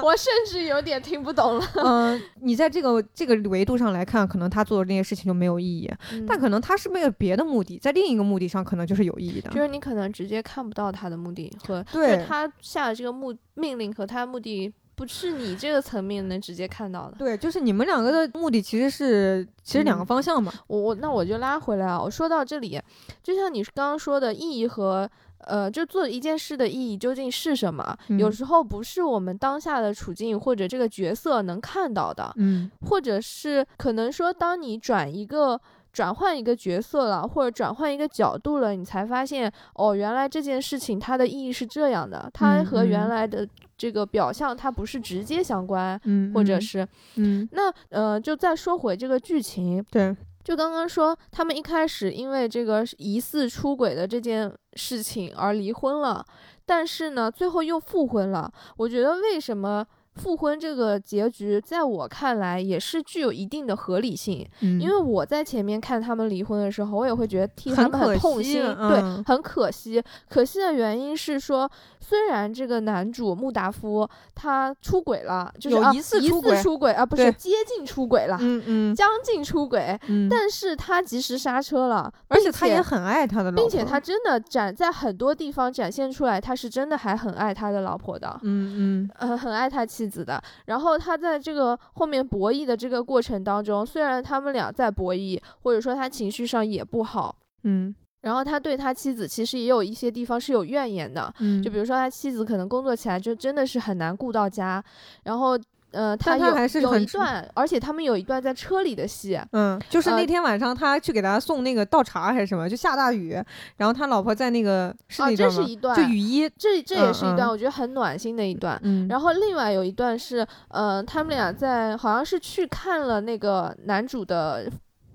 我甚至有点听不懂 了。嗯，你在这个这个维度上来看，可能他做的那些事情就没有意义，嗯但可能他是为了别的目的，在另一个目的上可能就是有意义的就。是你可能直接看不到他的目的和，对就是他下的这个目命令和他的目的，不是你这个层面能直接看到 的。对，就是你们两个的目的其实是其实两个嗯方向嘛。我我那我就拉回来啊，我说到这里，就像你刚刚说的意义和。呃，就做一件事的意义究竟是什么？有嗯时候不是我们当下的处境或者这个角色能看到的，嗯或者是可能说，当你转一个、转换一个角色了，或者转换一个角度了，你才发现，哦，原来这件事情它的意义是这样的，它嗯和原嗯来的这个表象它不是直接相关，嗯，或者嗯是嗯，那呃，就再说回这个剧情，对，就刚刚说他们一开始因为这个疑似出轨的这件事情而离婚了，但是呢，最后又复婚了。我觉得为什么？复婚这个结局，在我看来也是具有一定的合理性，嗯因为我在前面看他们离婚的时候，我也会觉得替他很们很可痛惜心，了对嗯，很可惜。可惜的原因是说，虽然这个男主穆达夫他出轨了，就是有啊疑似疑出轨似出轨啊，不是对接近出轨了，嗯嗯将近出轨，啊嗯，但是他及时刹车了，而并且他也很爱他的老婆，并且他真的展在很多地方展现出来，他是真的还很爱他的老婆的，嗯嗯呃，很爱他妻子的。然后他在这个后面博弈的这个过程当中，虽然他们俩在博弈，或者说他情绪上也不好，嗯然后他对他妻子其实也有一些地方是有怨言的，嗯，就比如说他妻子可能工作起来就真的是很难顾到家，然后呃，但他有还是有很一注段，而且他们有一段在车里的戏，嗯，就是呃那天晚上他去给他送那个倒茶还是什么，就下大雨，然后他老婆在那个是啊那这段是吗？一段就雨衣，这这也是一段嗯嗯我觉得很暖心的一段。嗯，然后另外有一段是，呃，他们俩在好像是去看了那个男主的。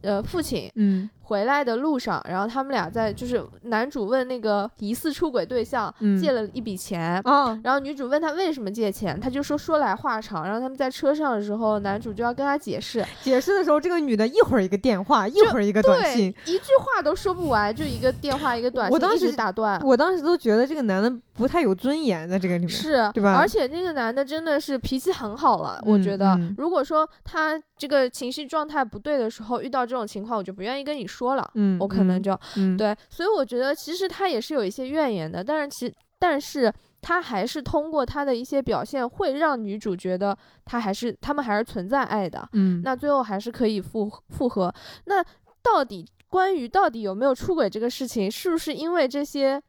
呃，父亲嗯回来的路上，然后他们俩在就是男主问那个疑似出轨对象、嗯借了一笔钱，啊，然后女主问他为什么借钱，他就说说来话长。然后他们在车上的时候，男主就要跟他解释，解释的时候，这个女的一会儿一个电话，一会儿一个短对信，，一句话都说不完，就一个电话一个短信，我当一直时打断。我当时都觉得这个男的不太有尊严，在这个里面。是，对吧而且那个男的真的是脾气很好了，我嗯觉得嗯如果说他这个情绪状态不对的时候，遇到这种情况，我就不愿意跟你说了，嗯，我可能就、嗯，对，所以我觉得其实他也是有一些怨言的，但是其但是他还是通过他的一些表现，会让女主觉得他还是他们还是存在爱的，嗯，那最后还是可以复复合。那到底关于到底有没有出轨这个事情，是不是因为这些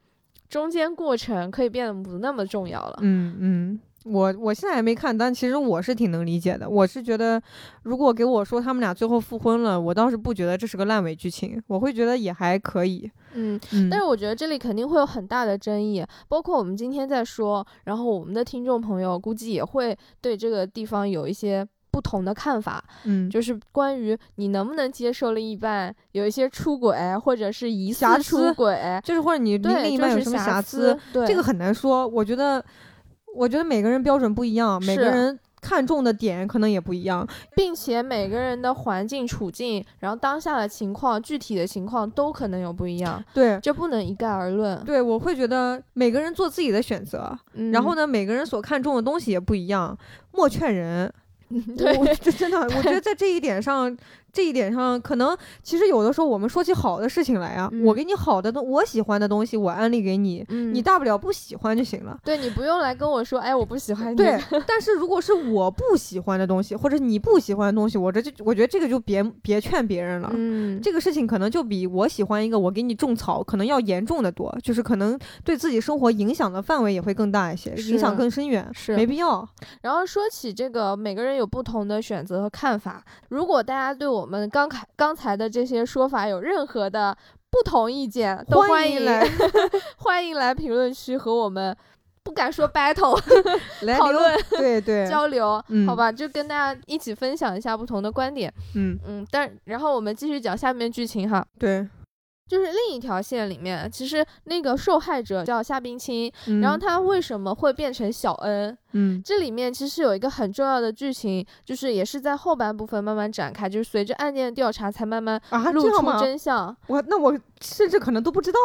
中间过程可以变得不那么重要了？嗯嗯，我我现在还没看，但其实我是挺能理解的。我是觉得，如果给我说他们俩最后复婚了，我倒是不觉得这是个烂尾剧情，我会觉得也还可以。嗯，嗯，但是我觉得这里肯定会有很大的争议，包括我们今天在说，然后我们的听众朋友估计也会对这个地方有一些不同的看法，嗯，就是关于你能不能接受另一半有一些出轨或者是疑似瑕疵出轨，就是或者你另对，一就半有是什么瑕瑕疵，，对这个很难说。我觉得，我觉得每个人标准不一样，每个是人看重的点可能也不一样。并且每个人的环境处境，然后当下的情况、具体的情况都可能有不一样，对。这不能一概而论。对，我会觉得每个人做自己的选择，嗯然后？呢，每个人所看重的东西也不一样，莫劝人。 对我，这真的，我觉得在这一点上，这一点上，可能其实有的时候我们说起好的事情来啊，嗯我给你好的东，我喜欢的东西，我安利给你，嗯，你大不了不喜欢就行了。对你不用来跟我说，哎，我不喜欢你。 对，但是如果是我不喜欢的东西，或者你不喜欢的东西，我这就我觉得这个就别别劝别人了。嗯，这个事情可能就比我喜欢一个我给你种草可能要严重的多，就是可能对自己生活影响的范围也会更大一些，影响是更深远，是没必要。然后说起这个，每个人有不同的选择和看法。如果大家对我们刚才刚才的这些说法有任何的不同意见，都欢迎迎 来欢迎来评论区和我们不敢说 battle 来讨留论，对对，交流，嗯好吧？就跟大家一起分享一下不同的观点。嗯嗯，但然后我们继续讲下面剧情哈。对，就是另一条线里面，其实那个受害者叫夏冰清，然后嗯他为什么会变成小恩？嗯这里面其实有一个很重要的剧情，就是也是在后半部分慢慢展开，就是随着案件的调查才慢慢啊，露这样出吗？真相。我那我甚至可能都不知道，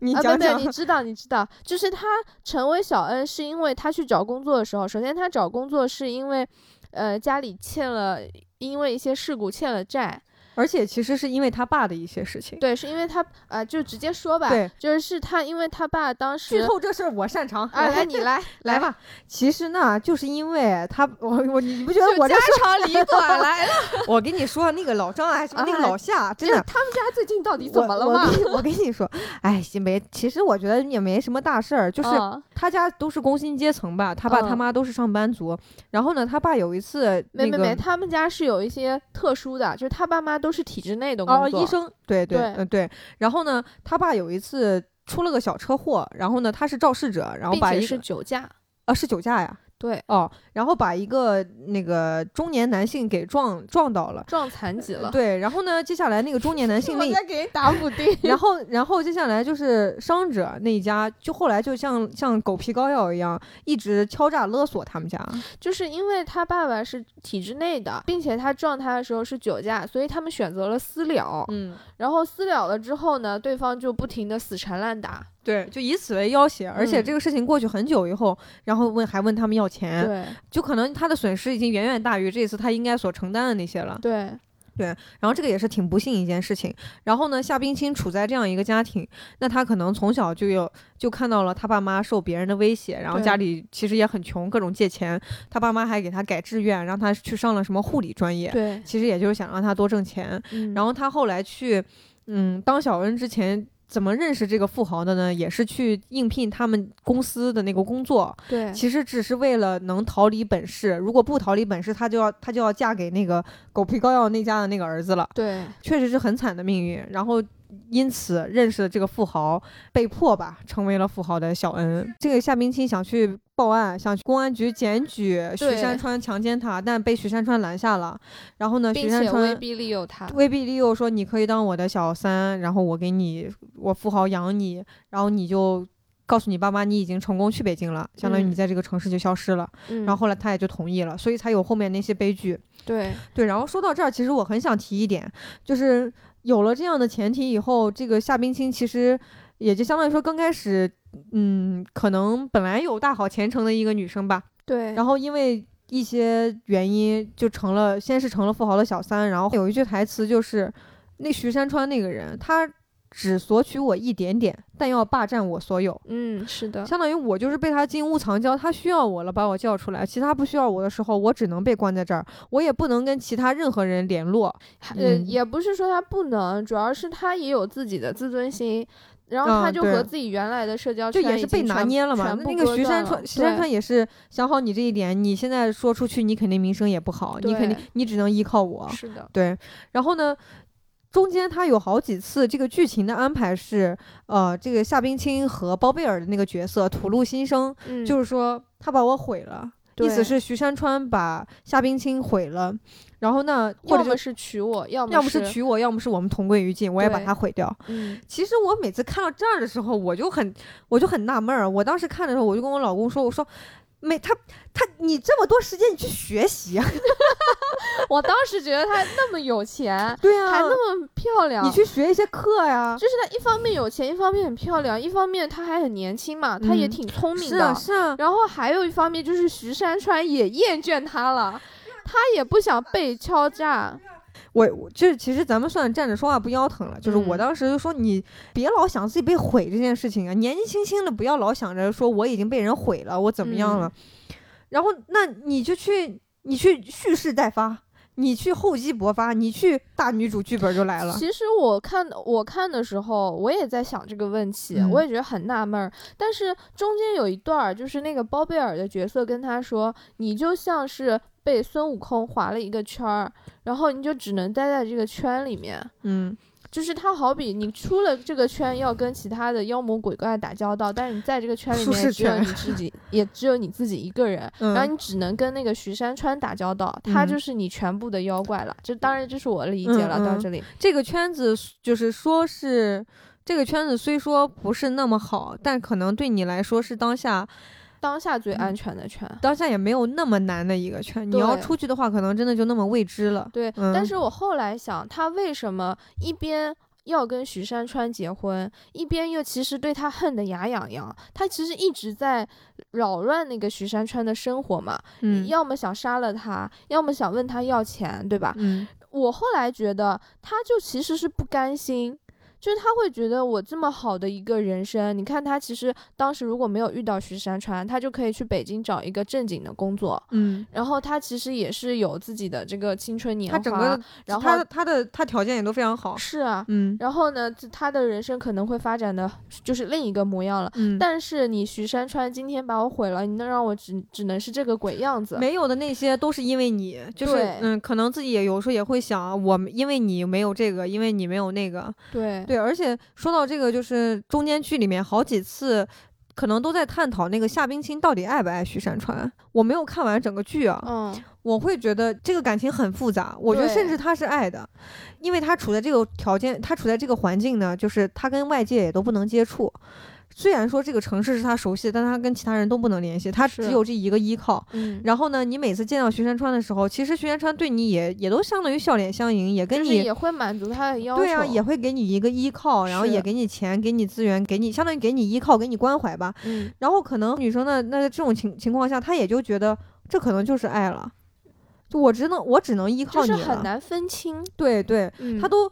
你啊，讲不对，讲，你知道，你知道，就是他成为小恩是因为他去找工作的时候，首先他找工作是因为，呃，家里欠了，因为一些事故欠了债，而且其实是因为他爸的一些事情。对，是因为他啊、就直接说吧，对就是是他因为他爸当时剧透这事儿我擅长，啊， 来你来来，吧。其实呢，就是因为他，我我你不觉得就我这家长 里短来了，我跟你说那个老张啊，什么那 个啊老夏，真就是的他们家最近到底怎么了我嘛？我跟我跟你说，哎，也没，其实我觉得也没什么大事儿，就是嗯他家都是工薪阶层吧，他爸嗯他妈都是上班族。然后呢，他爸有一次没那没个没，他们家是有一些特殊的，就是他爸妈都是体制内的哦，工作，医生，对对，对嗯对。然后呢，他爸有一次出了个小车祸，然后呢，他是肇事者，然后并把且一是个酒驾，啊是酒驾呀，对，哦，然后把一个那个中年男性给撞撞倒了。撞残疾了，对，然后呢，接下来那个中年 男性那一，给你打补 丁然后然后接下来就是伤者那一家，就后来就像像狗皮膏药一样，一直敲诈勒索他们家。 就是因为他爸爸是体制内的，并且他撞他的时候是酒驾，所以他们选择了私了。嗯，然后私了了之后呢，对方就不停的死缠烂打。对，就以此为要挟，而且嗯这个事情过去很久以后，然后问还问他们要钱，对就可能他的损失已经远远大于这一次他应该所承担的那些 了。对，然后这个也是挺不幸一件事情。然后呢，夏冰清处在这样一个家庭，那他可能从小就有就看到了他爸妈受别人的威胁，然后对家里其实也很穷，各种借钱。他爸妈还给他改志愿，让他去上了什么护理专业，对，其实也就是想让他多挣钱。嗯然后他后来去，嗯，当小恩之前。怎么认识这个富豪的呢？也是去应聘他们公司的那个工作，对其实只是为了能逃离本市，如果不逃离本市，她就要她就要嫁给那个狗皮膏药那家的那个儿子了，对确实是很惨的命运。然后因此认识了这个富豪，被迫吧成为了富豪的小恩。这个夏冰清想去报案，想去公安局检举徐对山川强奸她，但被徐山川拦下了。然后呢，徐并山且威川。逼利诱他。威逼利诱说：“你可以当我的小三，然后我给你，我富豪养你，然后你就告诉你爸妈，你已经成功去北京了，相当于嗯你在这个城市就消失了。嗯，然后后来他也就同意了，所以才有后面那些悲剧。对对，然后说到这儿，其实我很想提一点，就是有了这样的前提以后，这个夏冰清其实也就相当于说刚开始，嗯，可能本来有大好前程的一个女生吧，对，然后因为一些原因就成了，先是成了富豪的小三，然后有一句台词就是。那徐山川那个人，他只索取我一点点，但要霸占我所有。嗯，是 的，相当于我就是被他金屋藏娇，他需要我了，把我叫出来。其他不需要我的时候，我只能被关在这儿，我也不能跟其他任何人联络。还呃，嗯也不是说他不能，主要是他也有自己的自尊心，然后他嗯就对和自己原来的社交就圈也是已被经拿全捏了嘛。全部那个割徐山断川，了徐山对川也是想好你这一点，你现在说出去，你肯定名声也不好，你肯定对你只能依靠我。是的，对，然后呢，中间他有好几次这个剧情的安排是，呃，这个夏冰清和包贝尔的那个角色吐露心声，嗯，就是说他把我毁了。意思对是徐山川把夏冰清毁了，然后呢，或要者么就是娶我，要么要么是，娶我，要么是我们同归于尽，我也把对他毁掉。嗯其实我每次看到这儿的时候，我就很我就很纳闷儿。我当时看的时候，我就跟我老公说：“我说，没他他你这么多时间，你去学习啊？，我当时觉得他那么有钱对啊还那么漂亮，你去学一些课呀、就是他一方面有钱，一方面很漂亮，一方面他还很年轻嘛，他也嗯挺聪明是的。啊，是啊，然后还有一方面就是徐山川也厌倦他了，他也不想被敲诈。我我这其实咱们算站着说话不腰疼了。就是我嗯当时就说，你别老想自己被毁这件事情啊，年纪轻轻的不要老想着说我已经被人毁了，我怎么样了。然后那你就去你去蓄势待发，你去厚积薄发，你去大女主剧本就来了。其实我看我看的时候，我也在想这个问题，嗯我也觉得很纳闷儿。但是中间有一段儿，就是那个包贝尔的角色跟他说：“你就像是被孙悟空划了一个圈儿，然后你就只能待在这个圈里面。”嗯，就是他好比你出了这个圈，要跟其他的妖魔鬼怪打交道，但是你在这个圈里舒适面，只有圈你自己，也只有你自己一个 人，嗯然后你只能跟那个徐山川打交道，他就是你全部的妖怪了。这当然这是我的理解了，嗯嗯到这里，这个圈子就是说是这个圈子虽说不是那么好，但可能对你来说是当下当下最嗯安全的圈。当下也没有那么难的一个圈。你对要出去的话，可能真的就那么未知了。对，嗯但是我后来想，他为什么一边要跟徐山川结婚，一边又其实对他恨得牙痒痒？他其实一直在扰乱那个徐山川的生活嘛，嗯要么想杀了他，要么想问他要钱，对吧？嗯我后来觉得，他就其实是不甘心。就是他会觉得我这么好的一个人生，你看他其实当时如果没有遇到徐山川，他就可以去北京找一个正经的工作，嗯，然后他其实也是有自己的这个青春年华，他啊整个然后他的他的他条件也都非常好。是啊，嗯然后呢，这他的人生可能会发展的就是另一个模样了。嗯，但是你徐山川今天把我毁了，你能让我只只能是这个鬼样子，没有的那些都是因为你，就是对嗯，可能自己也有时候也会想，我们因为你没有这个，因为你没有那个，对对，而且说到这个，就是中间剧里面好几次，可能都在探讨那个夏冰清到底爱不爱徐山川。我没有看完整个剧啊，嗯，我会觉得这个感情很复杂。我觉得甚至他是爱的，因为他处在这个条件，他处在这个环境呢，就是他跟外界也都不能接触。虽然说这个城市是他熟悉的，但他跟其他人都不能联系，他只是有这一个依靠。嗯，然后呢，你每次见到徐山川的时候，其实徐山川对你也也都相当于笑脸相迎，也跟就你是也会满足他的要求，对啊，也会给你一个依靠，然后也是给你钱，给你资源，给你相当于给你依靠，给你关怀吧。嗯，然后可能女生呢，那在这种情情况下，她也就觉得这可能就是爱了，就我只能我只能依靠就你是了。很难分清，对对，嗯，她都。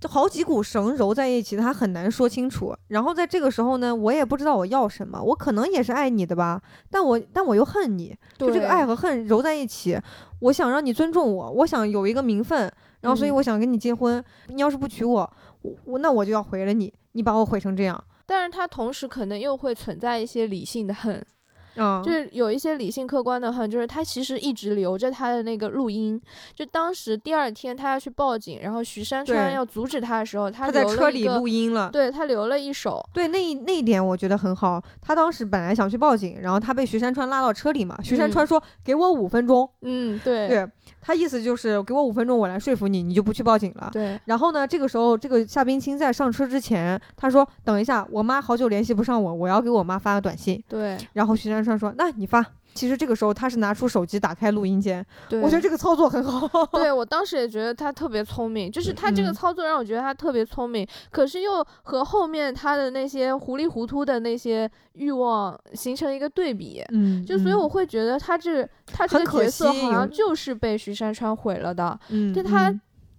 就好几股绳揉在一起，她很难说清楚。然后在这个时候呢，我也不知道我要什么。我可能也是爱你的吧，但我但我又恨你，就对这个爱和恨揉在一起。我想让你尊重我，我想有一个名分，然后所以嗯我想跟你结婚。你要是不娶我，我我那我就要毁了你，你把我毁成这样，但是他同时可能又会存在一些理性的 恨，嗯，就是有一些理性客观的恨，就是他其实一直留着他的那个录音，就当时第二天他要去报警，然后徐山川对要阻止他的时候，他他在留了车一里个录音了。对他留了一手，对，那一那一点我觉得很好。他当时本来想去报警，然后他被徐山川拉到车里嘛。徐山嗯川说：“给我五分钟。嗯，对对他意思就是给我五分钟，我来说服你，你就不去报警了。对然后呢，这个时候这个夏冰清在上车之前，他说：“等一下，我妈好久联系不上我，我要给我妈发个短信。”对然后徐山川说：“那你发。”其实这个时候他是拿出手机打开录音键，对，我觉得这个操作很好。 对我当时也觉得他特别聪明，就是他这个嗯操作让我觉得他特别聪明，可是又和后面他的那些糊里糊涂的那些欲望形成一个对比。嗯就所以我会觉得他这他这很个可角色惜好有像就是被徐山川毁了的，嗯对他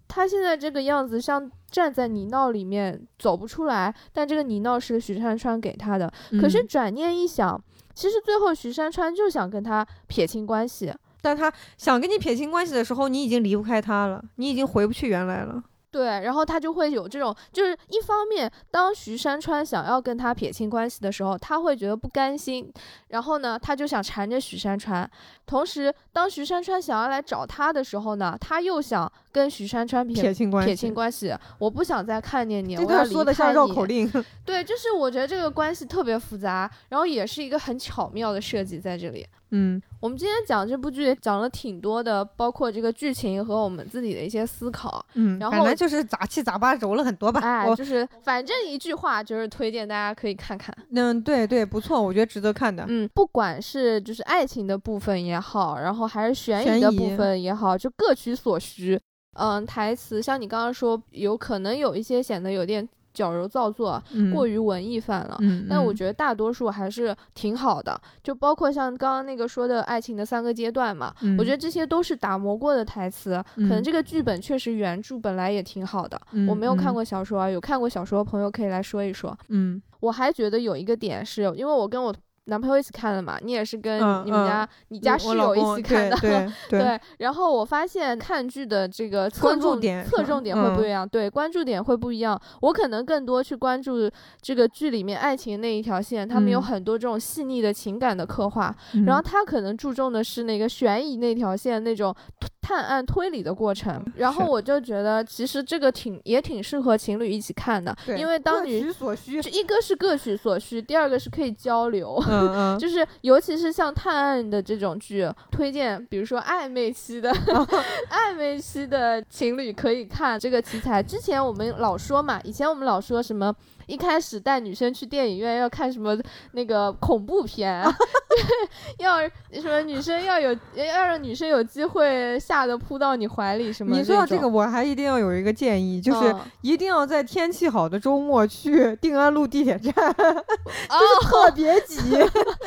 他现在这个样子像站在泥淖里面走不出来，但这个泥淖是许山川给他的。可是嗯，转念一想，其实最后许山川就想跟他撇清关系。但他想跟你撇清关系的时候，你已经离不开他了，你已经回不去原来了。对，然后他就会有这种，就是一方面，当徐山川想要跟他撇清关系的时候，他会觉得不甘心，然后呢，他就想缠着徐山川；同时，当徐山川想要来找他的时候呢，他又想跟徐山川撇撇清关系，撇清关系，我不想再看见你，这我要段离说的像开绕你口令。 对，就是我觉得这个关系特别复杂，然后也是一个很巧妙的设计在这里。嗯我们今天讲这部剧也讲了挺多的，包括这个剧情和我们自己的一些思考。嗯，然反后正就是杂七杂八揉了很多吧。哎，我就是反正一句话，就是推荐大家可以看看。嗯，对对，不错，我觉得值得看的。嗯，不管是就是爱情的部分也好，然后还是悬悬疑的疑部分也好，就各取所需。嗯，台词像你刚刚说，有可能有一些显得有点矫揉造作，嗯，过于文艺范了。嗯，但我嗯觉得大多数还是挺好的，就包括像刚刚那个说的爱情的三个阶段嘛，我觉得这些都是打磨过的台词。可能嗯这个剧本确实原著本来也挺好的，我没有看，过小说啊，有看过小说的朋友可以来说一说。嗯我还觉得有一个点是因为我跟我男朋友一起看的嘛，你也是跟嗯你们家、你嗯，家我室我友老一公起看的，对 对对，然后我发现看剧的这个侧关注重点侧是吧重点会不嗯一样，对，关注点会不一样。我可能更多去关注这个剧里面爱情那一条线，他们有嗯很多这种细腻的情感的刻画，嗯然后他可能注重的是那个悬疑那条线那种推探案推理的过程。然后嗯是我就觉得其实这个挺也挺适合情侣一起看的，对因为当各你取所需，就一个是各取所需，第二个是可以交流。嗯 嗯，就是尤其是像探案的这种剧，推荐比如说暧昧期的、哦 暧昧期的情侣可以看这个题材。之前我们老说嘛，以前我们老说什么。一开始带女生去电影院要看什么那个恐怖片， 对，要什么女生要有要让女生有机会吓得扑到你怀里什么那你种。说到这个，我还一定要有一个建议，就是嗯一定要在天气好的周末去定安路地铁站，哦，特别挤。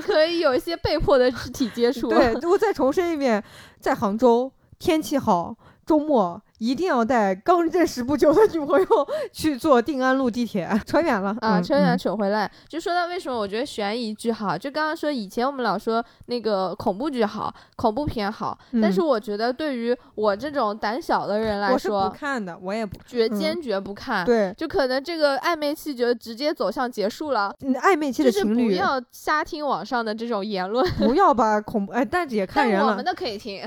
可以有一些被迫的肢体接触。对，我再重申一遍，在杭州天气好，周末一定要带刚认识不久的女朋友 去坐定安路地铁。扯远了啊，嗯扯远嗯扯回来，就说到为什么我觉得悬疑剧好，就刚刚说以前我们老说那个恐怖剧好，恐怖片好，但是嗯我觉得对于我这种胆小的人来我是不说，啊看的，我也不绝嗯坚决不看，对。就可能这个暧昧期就直接走向结束了。嗯暧昧期就的是不情侣要瞎听网上的这种言论，不要把恐怖哎，但是也看但人我了们，的可以 听，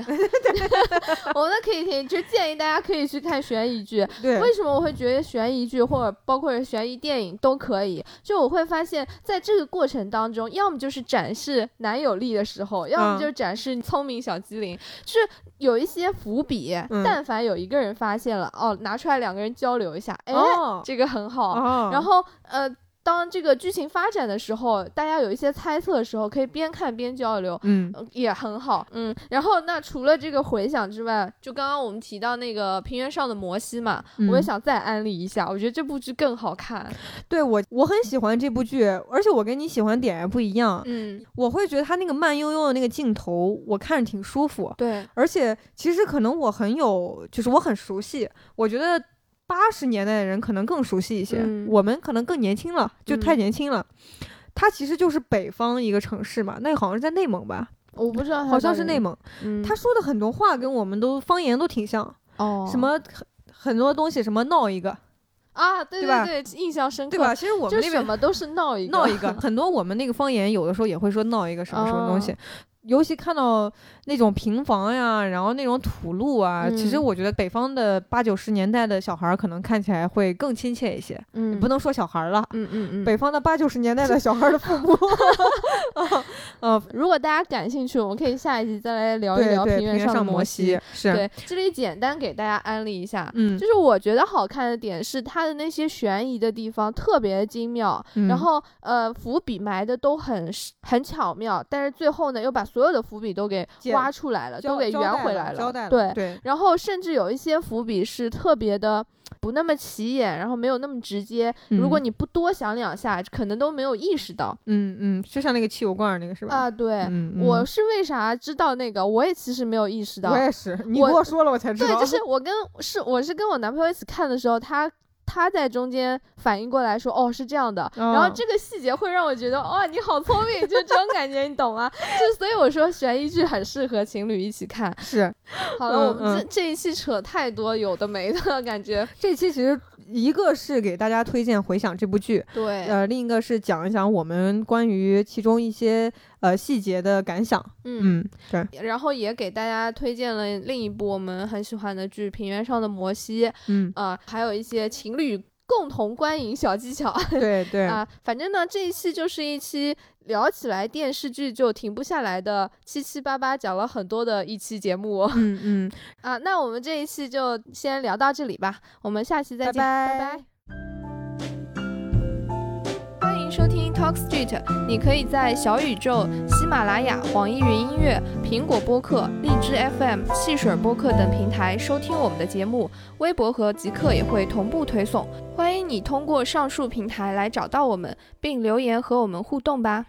我们的可以听，就建议大家可以去看悬疑剧，对，为什么我会觉得悬疑剧或者包括是悬疑电影都可以？就我会发现，在这个过程当中，要么就是展示男友力的时候，要么嗯就是展示聪明小机灵，就是有一些伏笔。嗯但凡有一个人发现了，哦，拿出来两个人交流一下，哎，哦这个很好。哦，然后呃，当这个剧情发展的时候，大家有一些猜测的时候，可以边看边交流。嗯呃也很好，嗯，然后那除了这个回响之外，就刚刚我们提到那个平原上的摩西嘛，我也嗯想再安利一下，我觉得这部剧更好看，对我我很喜欢这部剧，而且我跟你喜欢点也不一样，嗯，我会觉得他那个慢悠悠的那个镜头，我看着挺舒服，对，而且其实可能我很有，就是我很熟悉，我觉得八十年代的人可能更熟悉一些，嗯我们可能更年轻了，就太嗯年轻了。它其实就是北方一个城市嘛，那好像是在内蒙吧，我不知道，好像是内蒙，蒙。啊嗯，他说的很多话跟我们都方言都挺像，哦什么很很多东西什么闹一个，啊，对对吧对，印象深刻，对吧？？其实我就们那什边么都是闹一个，闹一个，很多我们那个方言有的时候也会说闹一个什么什么东西。哦尤其看到那种平房呀，然后那种土路啊，其实嗯我觉得北方的八九十年代的小孩儿可能看起来会更亲切一些，嗯，不能说小孩儿了，嗯嗯嗯，北方的八九十年代的小孩儿的 父母 哦如果大家感兴趣，我们可以下一集再来 聊一对聊对，原平上的上摩摩西，是，啊对，这里简单给大家安利一下，嗯，就是我觉得好看的点是它的那些悬疑的地方特别精妙，然嗯后呃伏笔埋的都很是很巧妙，但是最后呢又把所有的伏笔都给解挖出来了，都交给交圆代回了来交代了，对，对，然后甚至有一些伏笔是特别的不那么起眼，然后没有那么直接。如果嗯你不多想两下，可能都没有意识到嗯嗯，就像那个汽油罐儿那个是吧？啊。对，嗯，我嗯是为啥知道那个？我也其实没有意识到我。也是，你我跟我说了我才知对，道。就是我跟是我是跟我男朋友一起看的时候，他他在中间反应过来说，哦是这样的，然后嗯这个细节会让我觉得，哇、你好聪明，就这种感觉，你懂吗？就所以我说悬疑剧很适合情侣一起看。是好了，我嗯们这这一期扯太多有的没的感觉，这期其实一个是给大家推荐回想这部剧，对，呃，另一个是讲一讲我们关于其中一些呃细节的感想。嗯。嗯，对，然后也给大家推荐了另一部我们很喜欢的剧《平原上的摩西》， 嗯，啊，还有一些情侣共同观影小技巧。对对，啊，反正呢，这一期就是一期聊起来电视剧就停不下来的七七八八讲了很多的一期节目嗯嗯，啊。那我们这一期就先聊到这里吧，我们下期再见，拜拜拜欢迎收听 Talk Street，你可以在小宇宙、喜马拉雅、网易云音乐、苹果播客、荔枝 FM、汽水播客等平台收听我们的节目，微博和极客也会同步推送。欢迎你通过上述平台来找到我们，并留言和我们互动吧。